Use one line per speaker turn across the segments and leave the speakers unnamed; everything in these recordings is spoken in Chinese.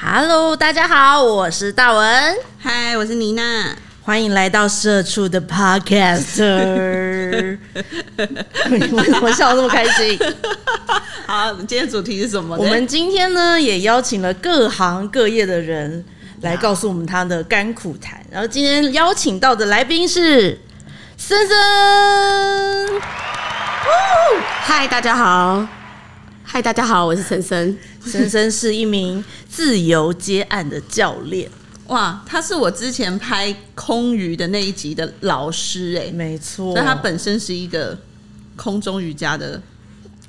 Hello，大家好，我是大文，
嗨，我是妮娜。
欢迎来到社畜的 Podcaster。我怎么笑得这么开心？
好，今天主题是什么呢？
我们今天呢也邀请了各行各业的人来告诉我们他的甘苦谈。然后今天邀请到的来宾是森森，
嗨，大家好。嗨，大家好，我是森森。
森森是一名自由接案的教练，
哇，他是我之前拍空余的那一集的老师哎、
没错，
所以他本身是一个空中瑜伽的。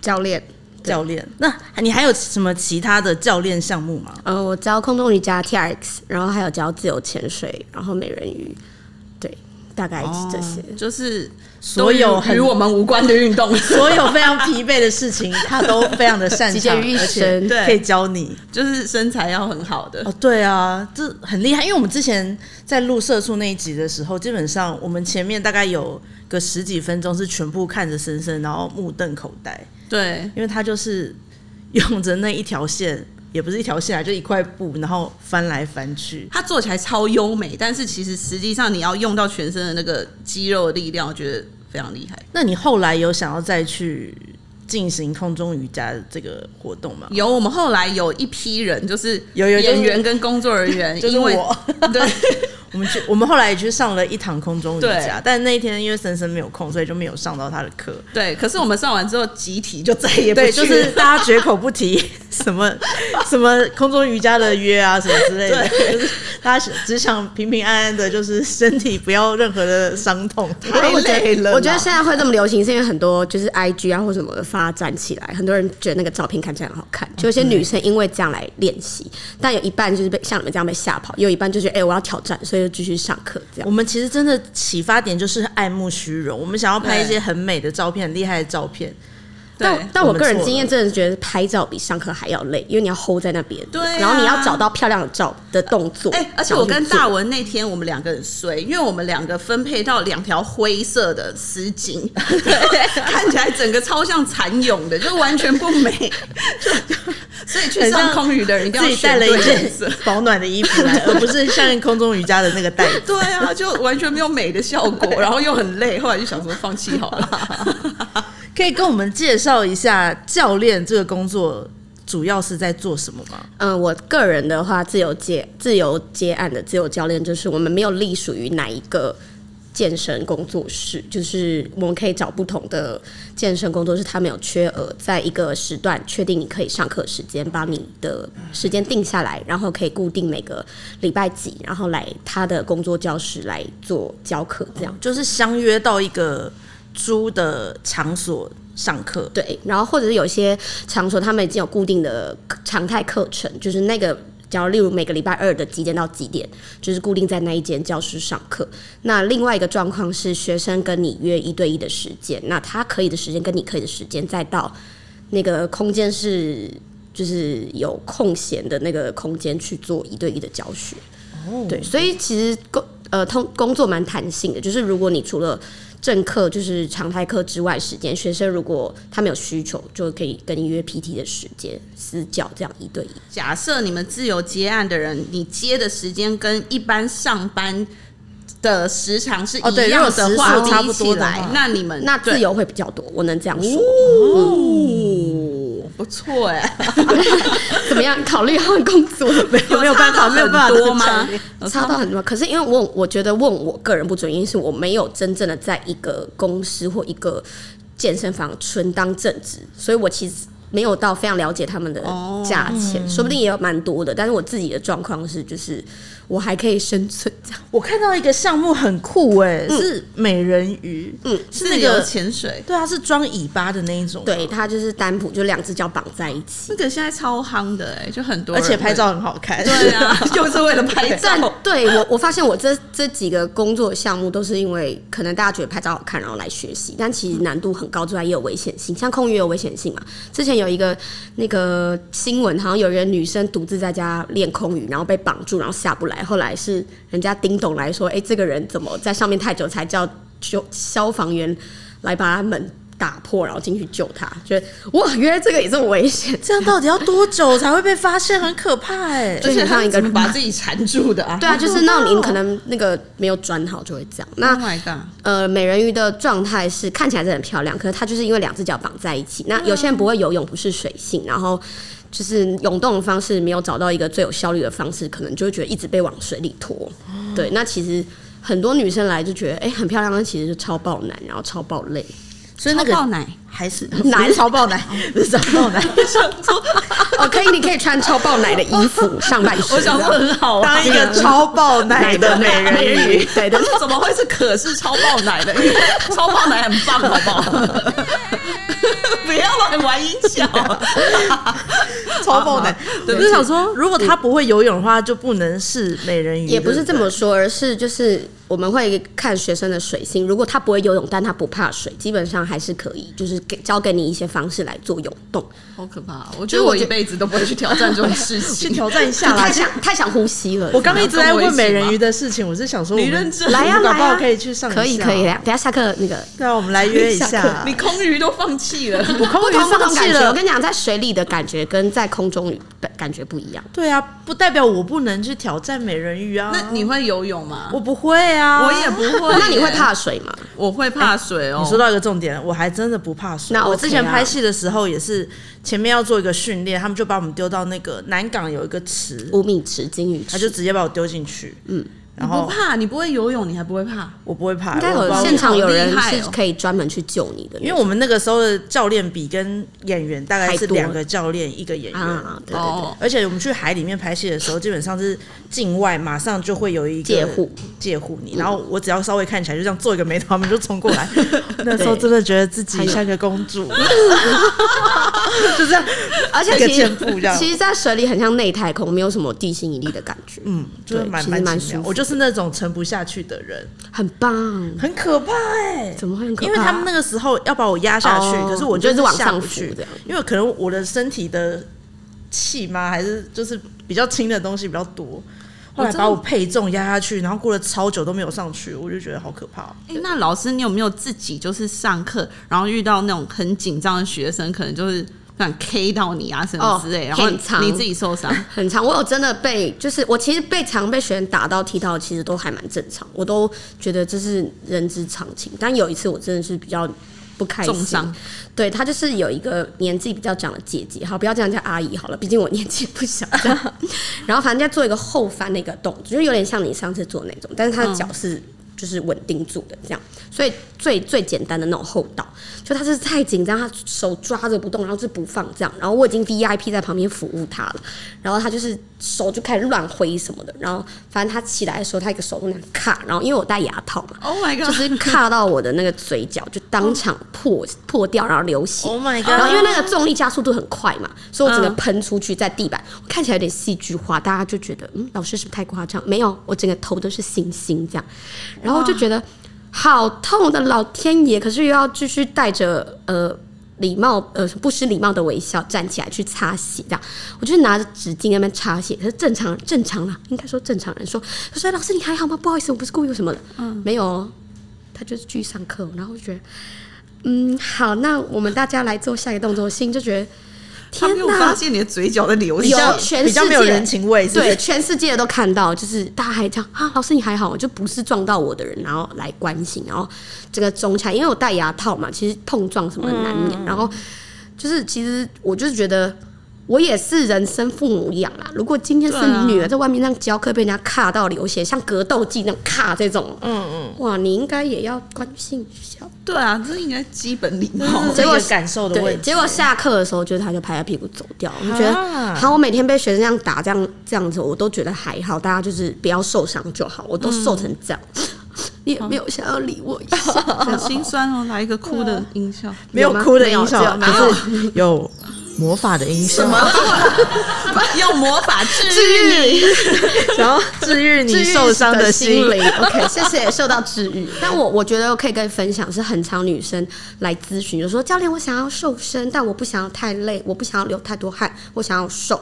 教练。
教练。那你还有什么其他的教练项目吗？
呃，我教空中瑜伽 TRX，然后还有教自由潜水，然后美人鱼，对，大概是这些。
就是
所有
都与
很哦
与我们无关的 运动，
所有非常疲惫的事情，他都非常的擅
集
长，
结于一
而且
身
对
可以教你。
就是身材要很好的
哦，对啊，这很厉害，因为我们之前在录社畜那一集的时候，基本上我们前面大概有个十几分钟是全部看着森森，然后目瞪口呆，
对，
因为他就是用着那一条线，也不是一条线啊，就一块布，然后翻来翻去。
他做起来超优美，但是其实实际上你要用到全身的那个肌肉的力量，我觉得非常厉害。
那你后来有想要再去进行空中瑜伽这个活动吗？
有我们后来有一批人，就是
有有就是
演员跟工作人 员，
就是
因为
我，
对，
我们去，我们后来也去上了一堂空中瑜伽
对，
但那一天因为森森没有空，所以就没有上到他的课。
对，可是我们上完之后，集体就再也不
对，
去
就
了
是大家绝口不提 什么什么空中瑜伽的约啊，什么之类的，就是大家只想平平安安的，就是身体不要任何的伤痛。
太累了啦
我觉得现在会这么流行，是因为很多就是 IG 啊或什么的发展起来，很多人觉得那个照片看起来很好看，就有些女生因为这样来练习，但有一半就是被像你们这样被吓跑，有一半就觉得哎、我要挑战，所以就继续上课这样
我。们其实真的启发点就是爱慕虚荣，我们想要拍一些很美的照片、很厉害的照片，
对
但但
我
我
们
个人
错
经验
了
真的觉得拍照比上课还要累，因为你要 hold 在那边，
对啊
然后你要找到漂亮的照的动作。
哎、而且
然
我
后去
跟
做
大文那天我们两个很衰，因为我们两个分配到两条灰色的丝巾， 对，看起来整个超像蚕蛹的，就完全不美。 就所以去
很像
上空余的人一定
自
要
己
选
带了一
对
件
颜色
保暖的衣服来，而不是像空中瑜伽的那个袋子。
对啊，就完全没有美的效果，然后又很累，后来就想说放弃好了。
可以跟我们介绍一下教练这个工作主要是在做什么吗？
嗯，我个人的话，自由接自由接案的自由教练，就是我们没有隶属于哪一个健身工作室，就是我们可以找不同的健身工作室，他们有缺额，在一个时段确定你可以上课时间，把你的时间定下来，然后可以固定每个礼拜几，然后来他的工作教室来做教课，这样。
就是相约到一个租的场所上课。
对，然后或者是有一些场所，他们已经有固定的常态课程，就是那个，假如例如每个礼拜二的几点到几点，就是固定在那一间教室上课。那另外一个状况是，学生跟你约一对一的时间，那他可以的时间跟你可以的时间，再到那个空间是就是有空闲的那个空间去做一对一的教学。对，所以其实工呃通工作蛮弹性的，就是如果你除了正课就是常态课之外时间，学生如果他们有需求，就可以跟你约 PT 的时间私教这样一对一。
假设你们自由接案的人，你接的时间跟一般上班。的时长是一
哦对
样
如果时
的话，
数差
比
不
起
多的
来
话
那你们
那
对
自由会比较多，我能这样说。
嗯
哦，不错哎、
怎么样？考虑换工作没
没有办法
差到
没有办法
很多吗？
差到很多。可是因为我我觉得问我个人不准，因为是我没有真正的在一个公司或一个健身房纯当正职，所以我其实没有到非常了解他们的价钱，说不定也有蛮多的。但是我自己的状况是，就是我还可以生存这样。
我看到一个项目很酷哎、是美人鱼，嗯，是
自
那
由
个
潜水，
对啊，是装尾巴的那一种，啊
对，，它就是单蹼，就两只脚绑在一起。
这个现在超夯的哎、就很多，
而且拍，照很好看，
对 啊，就是为了拍
但
照。
对我，我发现我这这几个工作项目都是因为可能大家觉得拍照好看，然后来学习，但其实难度很高之外也有危险性，像空余也有危险性嘛。之前有一个那个新闻，好像有一个女生独自在家练空余，然后被绑住，然后下不来，后来是人家叮咚来说，哎、这个人怎么在上面太久才叫消消防员来把他们打破，然后进去救他，觉得哇，原来这个也这么危险。
这样到底要多久才会被发现？很可怕哎、
而
就
且
很
他
像一
们
个
怎么把自己缠住 的啊？
对啊，就是那种你可能那个没有转好就会这样。那
Oh my god！
呃，美人鱼的状态是看起来是很漂亮，可是它就是因为两只脚绑在一起。那有些人不会游泳，不是水性，然后就是泳动的方式没有找到一个最有效率的方式，可能就会觉得一直被往水里拖。对，那其实很多女生来就觉得，哎、很漂亮，但其实就超爆难，然后超爆累。
所以那个
超爆奶
还 是
奶
不是超爆 奶，不是超爆奶，
哦，可以，你可以穿超爆奶的衣服上半身。
我想 说很好啊
当一，个超爆奶的美人鱼。
鱼，对的
但。是怎么会是可是超爆奶的？因 为超爆奶很棒，好不好？ 不要乱玩音效，
超爆奶。
对
我
不起
就想说，如果他不会游泳的话，就不能是美人鱼。
也不是
对
这
对
么说，而是就是我们会看学生的水性，如果他不会游泳，但他不怕水，基本上还是可以，就是给教给你一些方式来做泳动。
好可怕！啊我觉得我一辈子都不会去挑战这种事
去
情。
挑战一下啦
太。想太想呼吸了。
我刚刚一直在问美人
你要
鱼
跟我一起吗
的事情，我是想说我们，
你认真
来呀、啊
我们搞不
来
好
呀、
可以去上一下
可以可以，等下下课那个。
对啊，我们来约一
下课
下。
你空余都放弃 了，
我空
不
余
同不
放
同
弃
感觉，我
了，
跟你讲，在水里的感觉跟在空中的感觉不一样。
对啊，不代表我不能去挑战美人鱼啊。
那你会游泳吗？
我不会啊，
我也不会。
那你会？怕水吗？
我会怕水哦。
哎你说到一个重点，我还真的不怕水。
那
我
OK
之前
啊
拍戏的时候也是，前面要做一个训练，他们就把我们丢到那个南港有一个池，
五米池、金鱼
他
池，
就直接把我丢进去。嗯，然
不
后
怕，你不会游泳，你还不会怕？
我不会怕，
应该
我不知
有
道
现场有人
好厉害哦
是可以专门去救你的那种，
因为我们那个时候的教练比跟演员大概
还
是
多
两个教练一个演员。
啊，对对对，
哦，
而且我们去海里面拍戏的时候，基本上是境外，马上就会有一个
借护嗯
借护你。然后我只要稍微看起来就这样做一个眉头，他们就冲过 来。那时候真的觉得自己像个公主， 就 这样，
而且
一个
其实
箭步这样
其实，在水里很像内太空，没有什么地心引力的感觉，嗯，
就是蛮
其实蛮
奇妙
舒。服
我就是那种沉不下去的人，
很棒。
很可怕哎、
怎么会很可怕
因为他们那个时候要把我压下去，
哦
可是我
你就是往
下
上
不
浮
去
这样，
因为可能我的身体的气吗，还是就是比较轻的东西比较多。后来
我真的
把我配重压下去，然后过了超久都没有上去，我就觉得好可怕哦、
哎、那老师，你有没有自己就是上课，然后遇到那种很紧张的学生，可能就是想 K 到你啊什么
哦
之类，然
很
后
长
你自己受 伤？
很长，我有真的被，就是我其实被常被学生打到踢到，其实都还蛮正常，我都觉得这是人之常情。但有一次我真的是比较不开
重
心
伤，
对他就是有一个年纪比较长的姐姐，好，不要这样叫阿姨好了，毕竟我年纪不小。然后反正在做一个后翻的一个动作，就有点像你上次做那种，但是他的脚是就是稳定住的这样，所以最最简单的那种后倒，就他是太紧张，他手抓着不动，然后是不放这样，然后我已经 VIP 在旁边服务他了，然后他就是手就开始乱挥什么的，然后反正他起来的时候，他一个手那样卡，然后因为我戴牙套嘛。
Oh my god！
就是卡到我的那个嘴角，就当场破破掉，然后流血。
Oh my god！ 嗯
然后因为那个重力加速度很快嘛，所以我整个喷出去在地板，我看起来有点戏剧化，大家就觉得嗯，老师是不是太夸张？没有，我整个头都是星星这样，然后我就觉得好痛的老天爷，可是又要继续带着呃。礼貌呃不失礼貌的微笑站起来去擦血，这样我就是拿着纸巾在那边擦血。可是正常正常啦，应该说正常人说，他说老师你还好吗？不好意思，我不是故意什么的，嗯，没有哦，他就是继续上课，然后我就觉得嗯，好，那我们大家来做下一个动作，我心就觉得
他
天
没有发
哪，
现你的嘴角在流血
有，
较
全世界
比较没有人情味是不是
对，全世界都看到，就是大家还这样啊，老师你还好吗，就不是撞到我的人，然后来关心，然后这个中枪，因为我戴牙套嘛，其实碰撞什么很难免，
嗯
然后就是其实我就是觉得。我也是人生父母养啦。如果今天是
对啊
你女儿在外面那样教课被人家卡到流血，像格斗技那样卡这种，嗯嗯，哇，你应该也要关心一下
对啊，这应该基本礼貌。
这是
结果
一个感受的
对，
问题。
结果下课的时候，就是他就拍拍屁股走掉。我就觉得，
啊
好，我每天被学生这样打，这样这样子，我都觉得还好，大家就是不要受伤就好。我都受成这样，
嗯
你也没有想 要理我一
哦
下。
好心酸哦，来一个哭的音效。
没有哭的音效，
有吗
可是有魔法的音效，
用魔法治
治愈 你，
然后治愈你受伤
的
心
灵。OK，谢谢，受到治愈。但我我觉得我可以跟你分享，是很常女生来咨询，就说教练，我想要瘦身，但我不想要太累，我不想要流太多汗，我想要瘦。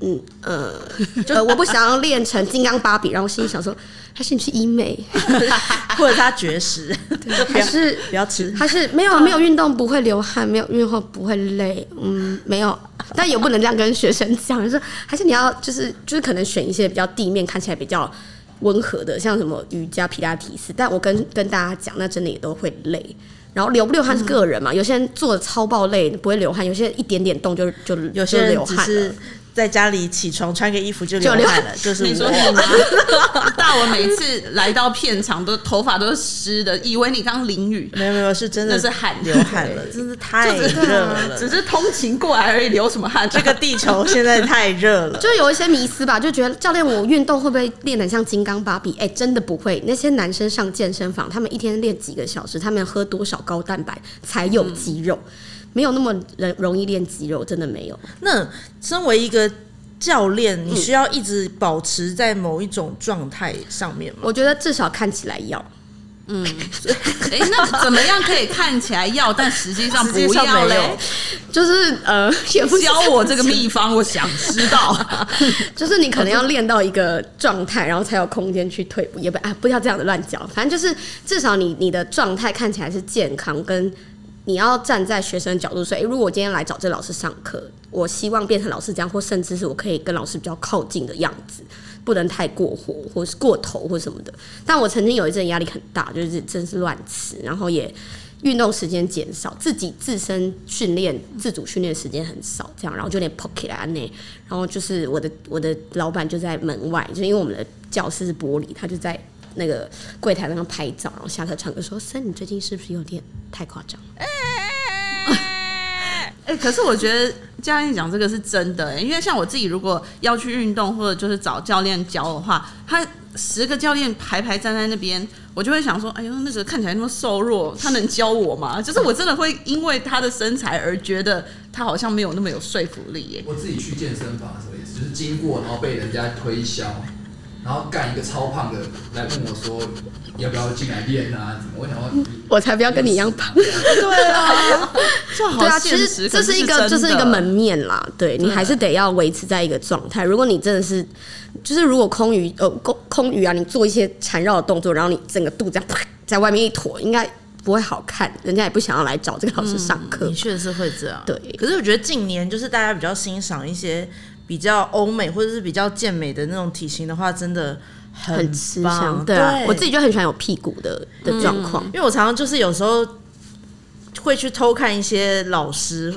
嗯 呃，呃，我不想要练成金刚芭比，然后我心里想说，还是你去医美，
或者他绝食，就不
还
要
是
不要吃。
还是没
嗯
有没有运动不会流汗，没有运动不会累，嗯，没有，但也不能这样跟学生讲，就是还是你要就是就是可能选一些比较地面看起来比较温和的，像什么瑜伽、皮拉提斯。但我跟跟大家讲，那真的也都会累。然后流不流汗是个人嘛，有些人做的超爆累不会流汗，有些人一点点动就就
有
就
些人
流
只
汗了
是。在家里起床穿个衣服就流
就流
汗了，就是
你说
我。
你吗？ 大文每次来到片场都头发都是湿的，以为你刚淋雨，
没有没有，是真的
那是汗
流汗了，真是太热了。
只是啊通勤过来而已，流什么汗？
这个地球现在太热 了，
就有一些迷思吧，就觉得教练我运动会不会练得像金刚芭比？哎、真的不会。那些男生上健身房，他们一天练几个小时，他们喝多少高蛋白才有肌肉？没有那么人容易练肌肉，真的没有。
那身为一个教练，你需要一直保持在某一种状态上面吗？
我觉得至少看起来要。
哎、那怎么样可以看起来要，但实际上
实际
不
上
要
没
嘞
有？，
就是呃， 也不是
教我这个秘方，我想知道。
就是你可能要练到一个状态，然后才有空间去退步，也不啊，不要这样的乱讲。反正就是至少你你的状态看起来是健康，跟你要站在学生的角度说，诶、如果我今天来找这老师上课，我希望变成老师这样，或甚至是我可以跟老师比较靠近的样子，不能太过火或是过头或什么的。但我曾经有一阵压力很大，就是真是乱吃，然后也。运动时间减少，自己自身训练、自主训练时间很少，这样，然后就连 pocket 啊那，然后就是我的我的老板就在门外，就因为我们的教室是玻璃，他就在那个柜台那边拍照，然后下课唱歌说：“森，你最近是不是有点太夸张？”
哎、可是我觉得教练讲这个是真的、欸，因为像我自己如果要去运动或者就是找教练教的话，他十个教练排排站在那边，我就会想说，哎呦，那个看起来那么瘦弱，他能教我 吗？就是我真的会因为他的身材而觉得他好像没有那么有说服力耶、
我自己去健身房的时候也是，就是经过，然后被人家推销，然后干一个超胖的来问我说要不要进来练啊？怎么？我想说，
我才不要跟你一样胖。
对啊，这好
对啊，其
现
实
实，
这
可
是
是
一个这
真
是一
的
个门面啦，对你
对
还是得要维持在一个状态。如果你真的是，就是如果空余呃空空余啊，你做一些缠绕的动作，然后你整个肚子这样啪在外面一坨，应该不会好看，人家也不想要来找这个老师上课
的。确是会这样。
对
可是我觉得近年就是大家比较欣赏一些比较欧美或者是比较健美的那种体型的话，真的嗯很
很吃香，
棒。嗯
对啊，我自
己，
己就很喜欢有屁股的的状况。
因为我常常就是有时候。会去偷看一些老师，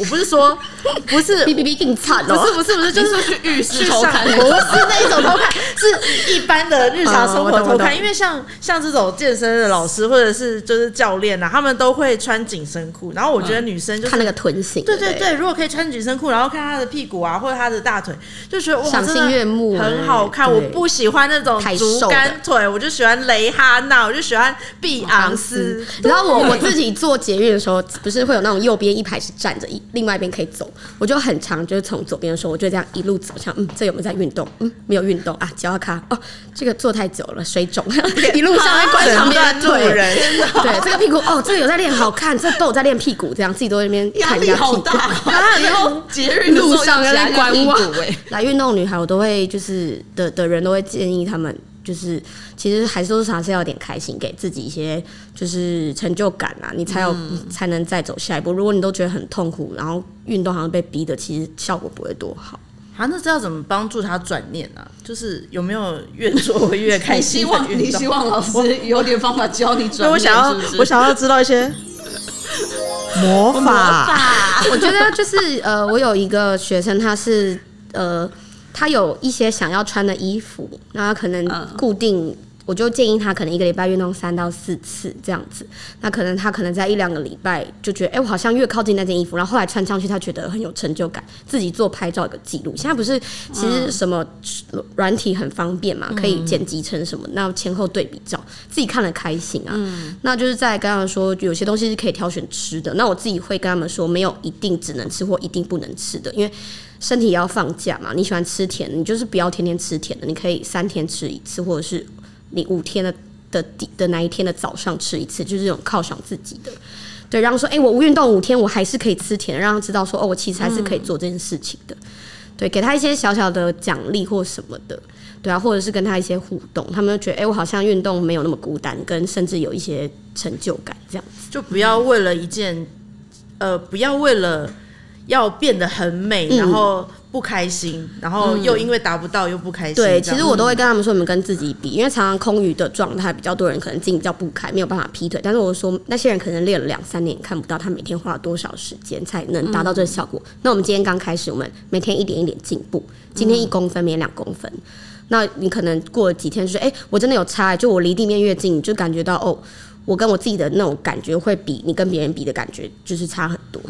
我不是 说不是
哔哔哔，更惨
不是
哦！
不是不是，就是
去浴室
去
偷
上
看那
不
种
是那一种偷看，是一般的日常生活
嗯我懂
偷
我
看。
懂
因为像像这种健身的老师或者是就是教练啊，他们都会穿紧身裤，然后我觉得女生就是
看那个臀型，
对
对
对
不，
对，如果可以穿紧身裤，然后看她的屁股啊，或者她的大腿，就觉得哇，
赏心
真的
悦目
很好看。
哎
我
对
不喜欢那种
太
竹
瘦的
竿腿，我就喜欢蕾哈娜，我就喜欢碧昂斯。
然后我我自己做捷运的时候，不是会有那种右边一排是站着，一另外一边可以走，我就很常就是从左边的时候，我就这样一路走，像嗯，这有没有在运动？嗯，没有运动啊，脚要卡哦，这个坐太久了，水肿， 一路上在观察
整
别
段
人
路
腿，
人，
对，这个屁股哦，这个有在练，好看，这都有在练屁股，这样自己都在那边
压
看人
力
家
好
屁股。
大、哦，以后节日的时候
路上
一起来
在观望
看屁股 哎
来运动女孩，我都会就是的的人都会建议他们，就是其实还是多少是要有点开心，给自己一些就是成就感啊，你才有、才能再走下一步。如果你都觉得很痛苦，然后运动好像被逼的，其实效果不会多好。
啊，那这要怎么帮助她转念啊？就是有没有越做越开
你
心
希
的
望
运
你
动
希望老师有点方法教
所
你
以
转
我
念，
想要
是不，是
我想要知道一 些魔法。
我觉得就是呃，我有一个学生，他是呃，他有一些想要穿的衣服，那他可能固定。我就建议他可能一个礼拜运动三到四次这样子，那可能他可能在一两个礼拜就觉得，哎、我好像越靠近那件衣服，然后后来穿上去，他觉得很有成就感，自己做拍照一个记录。现在不是其实什么软体很方便嘛，可以剪辑成什么，那前后对比照，自己看了开心啊。那就是在刚刚说，有些东西是可以挑选吃的。那我自己会跟他们说，没有一定只能吃或一定不能吃的，因为身体也要放假嘛。你喜欢吃甜，你就是不要天天吃甜的，你可以三天吃一次，或者是你五天的的底的哪一天的早上吃一次，就是这种犒赏自己的。对，然后说，哎、我运动五天，我还是可以吃甜，让他知道说，哦，我其实还是可以做这件事情的。对，给他一些小小的奖励或什么的，对啊，或者是跟他一些互动，他们就觉得，哎、我好像运动没有那么孤单，跟甚至有一些成就感这样。
就不要为了一件，呃，不要为了要变得很美，
嗯
然后不开心，然后又因为达不到又不开心。
哦对，
这
其
样嗯
实我都会跟他们说，你们跟自己比，因为常常空余的状态比较多人可能筋比较不开，没有办法劈腿。但是我说那些人可能练了两三年，看不到他每天花了多少时间才能达到这个效果。那我们今天刚开始，我们每天一点一点进步，今天一公分，明天两公分。那你可能过了几天就说，哎、我真的有差、就我离地面越近，你就感觉到哦，我跟我自己的那种感觉会比你跟别人比的感觉就是差很多，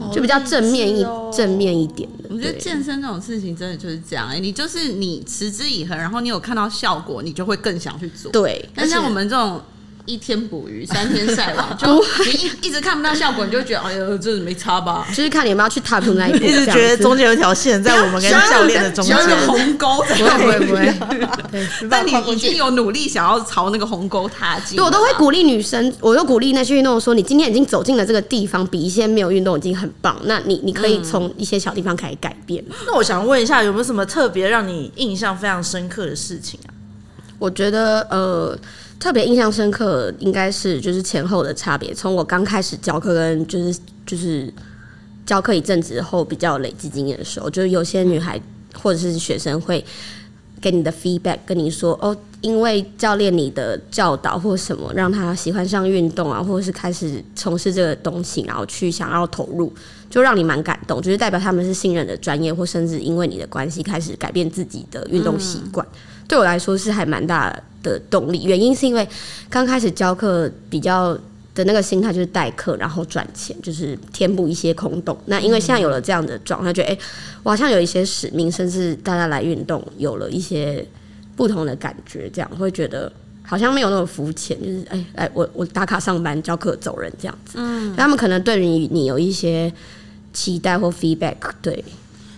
好
就比较正面一、
励志哦
正面一点的。
我觉得
对
健身这种事情真的就是这样，哎，你就是你持之以恒，然后你有看到效果，你就会更想去做。
对，
但像
而且
我们这种一天捕鱼三天晒网，就你一一直看不到效果，你就会觉得哎呦，这没差吧？
就是看你有没有去踏出那一步，
一直
这样
觉得
子
中间有一条线在我们跟教练的中间
像，一个鸿沟在
不会不会不会，
但你已经有努力想要朝那个鸿沟踏进
对
了
我
嘛。
都会鼓励女生，我都鼓励那些运动的说，你今天已经走进了这个地方，比一些没有运动已经很棒。那你你可以从一些小地方开始改变。
那我想问一下，有没有什么特别让你印象非常深刻的事情啊？
我觉得呃，特别印象深刻应该是就是前后的差别，从我刚开始教课跟就是就是教课一阵子后比较累积经验的时候，就是有些女孩或者是学生会给你的 feedback 跟你说哦，因为教练你的教导或什么，让她喜欢上运动啊，或者是开始从事这个东西，然后去想要投入，就让你蛮感动，就是代表他们是信任的专业，或甚至因为你的关系开始改变自己的运动习惯。对我来说是还蛮大的动力，原因是因为刚开始教课比较的那个心态就是代课，然后赚钱，就是填补一些空洞。那因为现在有了这样的状态，觉得哎、诶我好像有一些使命，甚至大家来运动有了一些不同的感觉，这样会觉得。好像没有那种肤浅，就是哎哎、我我打卡上班教课走人这样子，嗯，他们可能对你你有一些期待或 feedback，对，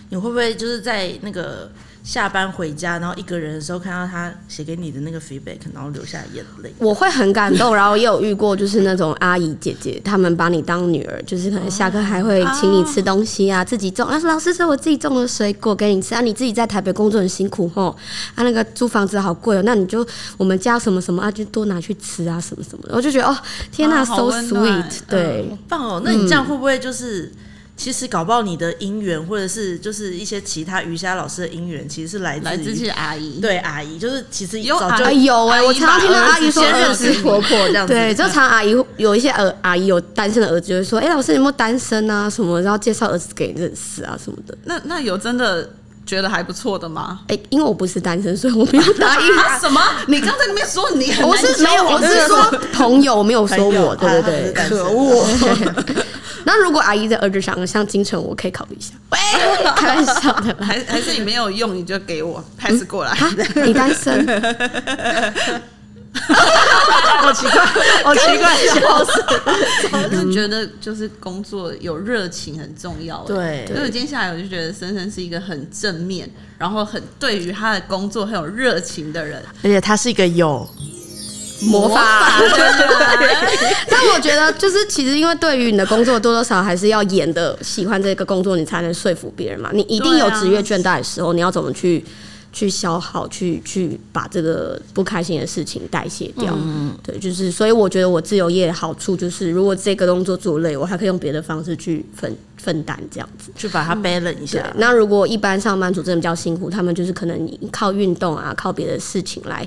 你会不会就是在那个下班回家，然后一个人的时候，看到他写给你的那个 feedback，然后流下眼泪？
我会很感动，然后也有遇过就是那种阿姨姐姐，她们把你当女儿，就是可能下课还会请你吃东西啊，自己种。啊，老师说我自己种的水果给你吃啊，你自己在台北工作很辛苦吼，啊那个租房子好贵哦，那你就我们家什么什么啊，就多拿去吃啊什么什么的。我就觉得哦，天呐、
啊
s
好
o
温暖
sweet，对。
好棒哦！那你嗯这样会不会就是，其实搞不好你的姻缘，或者是就是一些其他瑜伽老师的姻缘，其实是来
来自
于
于阿姨，
对阿姨，就是其实
有啊
早就
哎有
阿
哎、
姨啊
我常常听到
把
阿
儿子
姨说
先
儿
认
子
识
婆婆这样子。
对，就常阿姨有一些儿阿姨有单身的儿子，就会说：“哎、老师你有没有单身啊？什么？”然后介绍儿子给你认识啊什么的。
那那有真的觉得还不错的吗？
哎、因为我不是单身，所以我没有答应。
啊什 么？你刚才那边说你很
我
难交
是没有，
往
我是说朋友，我没有说
朋友
我，对
啊
对
他
对。
可恶！
那如果阿姨的儿子长得像金城武，我可以考虑一下。喂， 开玩笑的 啦。
还还是你没有用，你就给我 pass 过来。
嗯你单身？
好奇 怪，好奇怪，笑死！
我
嗯
是觉得就是工作有热情很重要。欸
对
所以我今天下来我就觉得森森是一个很正面，然后很对于他的工作很有热情的人。
而且他是一个有
魔法
魔法 对吧
但我觉得，就是其实因为对于你的工作多多少少还是要演的喜欢这个工作，你才能说服别人嘛。你一定有
对啊
职业倦怠的时候，你要怎么去去消耗，去去把这个不开心的事情代谢掉？
嗯
对，就是所以我觉得我自由业的好处就是，如果这个工作做累，我还可以用别的方式去分分担这样子。
去把它 balance 一
对
啊
下，，
那如果一般上班族真的比较辛苦，他们就是可能靠运动啊，靠别的事情来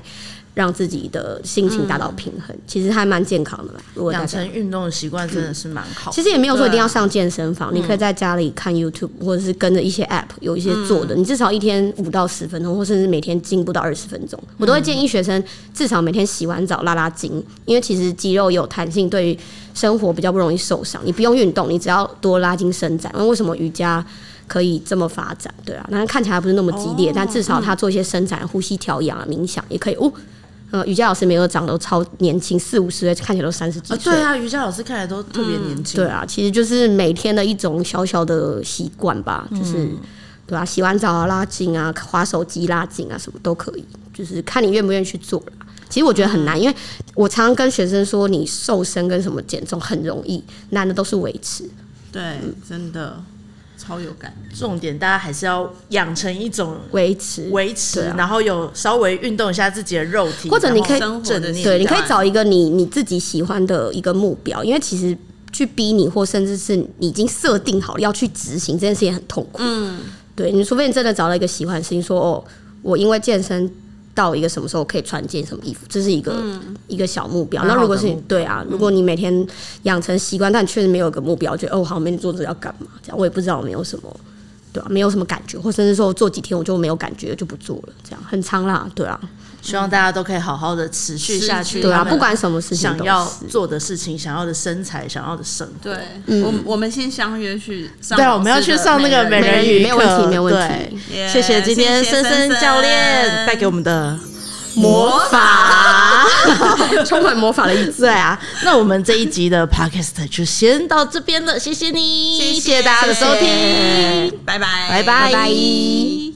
让自己的心情达到
嗯
平衡，其实还蛮健康的吧。如果大
养
家
成运动的习惯真的是蛮好嗯的。
其实也没有说一定
对啊
要上健身房，你可以在家里看 YouTube，或者是跟着一些 App 有一些做
嗯
的，你至少一天五到十分钟，或甚至每天进步到二十分钟。
嗯
我都会建议学生至少每天洗完澡拉拉筋，因为其实肌肉有弹性，对于生活比较不容易受伤。你不用运动，你只要多拉筋伸展。那为什么瑜伽？可以这么发展，对啊，那看起来不是那么激
哦
烈，但至少他做一些伸展、呼吸调养啊、冥想也可以。哦，呃，瑜伽老师每个长得都超年轻，四五十岁，看起来都三十几
啊，
岁。
对啊，瑜伽老师看起来都特别年轻。
对，啊，其实就是每天的一种小小的习惯吧，就是、对啊，洗完澡啊、拉筋啊、滑手机拉筋啊，什么都可以，就是看你愿不愿意去做啦。其实我觉得很难，因为我常常跟学生说，你瘦身跟什么减重很容易，难的都是维持。
对，真的。超有感。
重点大家还是要养成一种
维持
维持，
对啊
然后有稍微运动一下自己的肉体，
或者你可以
然后正念，
对，你可以找一个你你自己喜欢的一个目标，因为其实去逼你，或甚至是你已经设定好了要去执行这件事情很痛苦。嗯，对，你除非你真的找到一个喜欢的事情，说哦，我因为健身到一个什么时候可以穿件什么衣服，这是一个、一个小目标。
嗯蛮
那
好的
如果是你
目标嗯
对啊，如果你每天养成习惯，但你确实没有一个目标，觉得哦，好，每天做这个要干嘛？这样我也不知道，没有什么。对啊，没有什么感觉，或甚至说我做几天我就没有感觉，就不做了，这样很长啦，对啊，
希望大家都可以好好的持续下去，
对
嗯
啊，
他们
不管什么事情
想
都
要
是
做的事情、想要的身材、想要的生活。
对，我我们先相约去
嗯
上
对啊
老师
我们要去
的
上那个美
美
美人
人
鱼
鱼
没有问题，
课
没有问
对
题。
耶
谢谢今天
谢
森
谢
森教练带给我们的魔
法， 充满魔法的意思。
对啊，那我们这一集的 podcast 就先到这边了，谢谢你，谢谢大家的收听。
拜拜，
拜拜
拜拜